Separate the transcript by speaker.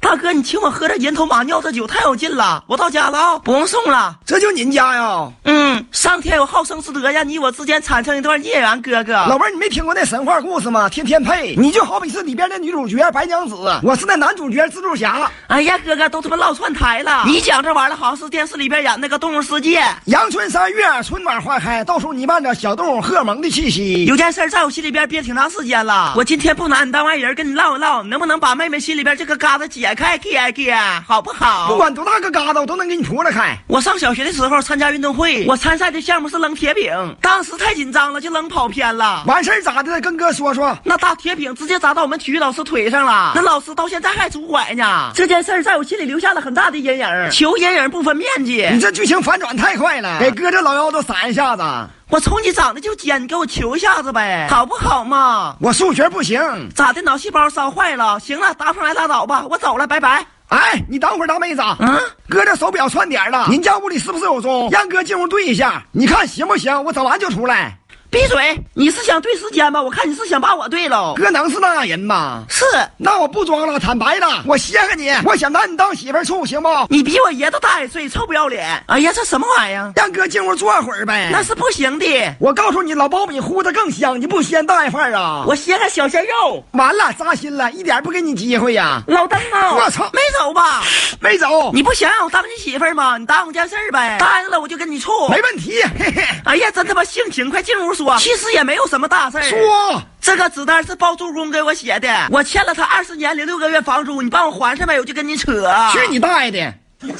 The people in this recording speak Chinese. Speaker 1: 大哥，你请我喝这人头马尿这酒太有劲了，我到家了啊，不用送了。
Speaker 2: 这就您家呀？
Speaker 1: 嗯，上天有好生之德呀，你我之间产生一段孽缘，哥哥。
Speaker 2: 老妹儿，你没听过那神话故事吗？天天配，你就好比是里边那女主角白娘子，我是那男主角蜘蛛侠。
Speaker 1: 哎呀，哥哥都他妈唠串台了，你讲这玩意儿好像是电视里边演那个《动物世界》。
Speaker 2: 阳春三月，春暖花开，到处弥漫着小动物荷尔蒙的气息。
Speaker 1: 有件事儿在我心里边憋挺长时间了，我今天不拿你当外人跟你唠一唠，能不能把妹妹心里边这个疙瘩解开，解解，好不好？
Speaker 2: 不管多大个疙瘩，我都能给你扑了开。
Speaker 1: 我上小学的时候参加运动会，我参赛的项目是扔铁饼，当时太紧张了，就扔跑偏了。
Speaker 2: 完事儿咋的？跟哥说说。
Speaker 1: 那大铁饼直接砸到我们体育老师腿上了，那老师到现在还拄拐呢。啊这件事儿在我心里留下了很大的阴影，嗯求阴影不分面积。
Speaker 2: 你这剧情反转太快了，给哥这老腰都闪一下子。
Speaker 1: 我瞅你长得就尖，你给我求一下子呗，好不好嘛？
Speaker 2: 我数学不行。
Speaker 1: 咋的？脑细胞烧坏了？行了，打不上来拉倒吧，我走了，拜拜。
Speaker 2: 哎，你等会儿，大妹子，
Speaker 1: 嗯，
Speaker 2: 哥这手表串点儿了，您家屋里是不是有钟？让哥进屋对一下，你看行不行？我整完就出来。
Speaker 1: 闭嘴！你是想对时间吧？我看你是想把我对喽。
Speaker 2: 哥能是那人吗？
Speaker 1: 是
Speaker 2: 那我不装了，坦白了，我稀罕你，我想拿你当媳妇儿处，行不？
Speaker 1: 你比我爷都大一岁，臭不要脸！哎呀，这什么玩意儿？
Speaker 2: 让哥进屋坐会儿呗。
Speaker 1: 那是不行的。
Speaker 2: 我告诉你，老苞米糊的更香，你不鲜大一份儿啊？
Speaker 1: 我稀罕小鲜肉，
Speaker 2: 完了，扎心了，一点不给你机会呀、
Speaker 1: 老邓啊！
Speaker 2: 我操
Speaker 1: 没走吧？
Speaker 2: 没走，
Speaker 1: 你不想让我当你媳妇儿吗？你当我件事儿呗，答哦应了我就跟你处。
Speaker 2: 没问题。嘿嘿，
Speaker 1: 哎呀，真他妈性情！快进屋说，其实也没有什么大事儿。
Speaker 2: 说，
Speaker 1: 这个纸单是包租公给我写的，我欠了他二十年零六个月房租，你帮我还上呗，我就跟你扯。
Speaker 2: 去你大爷的！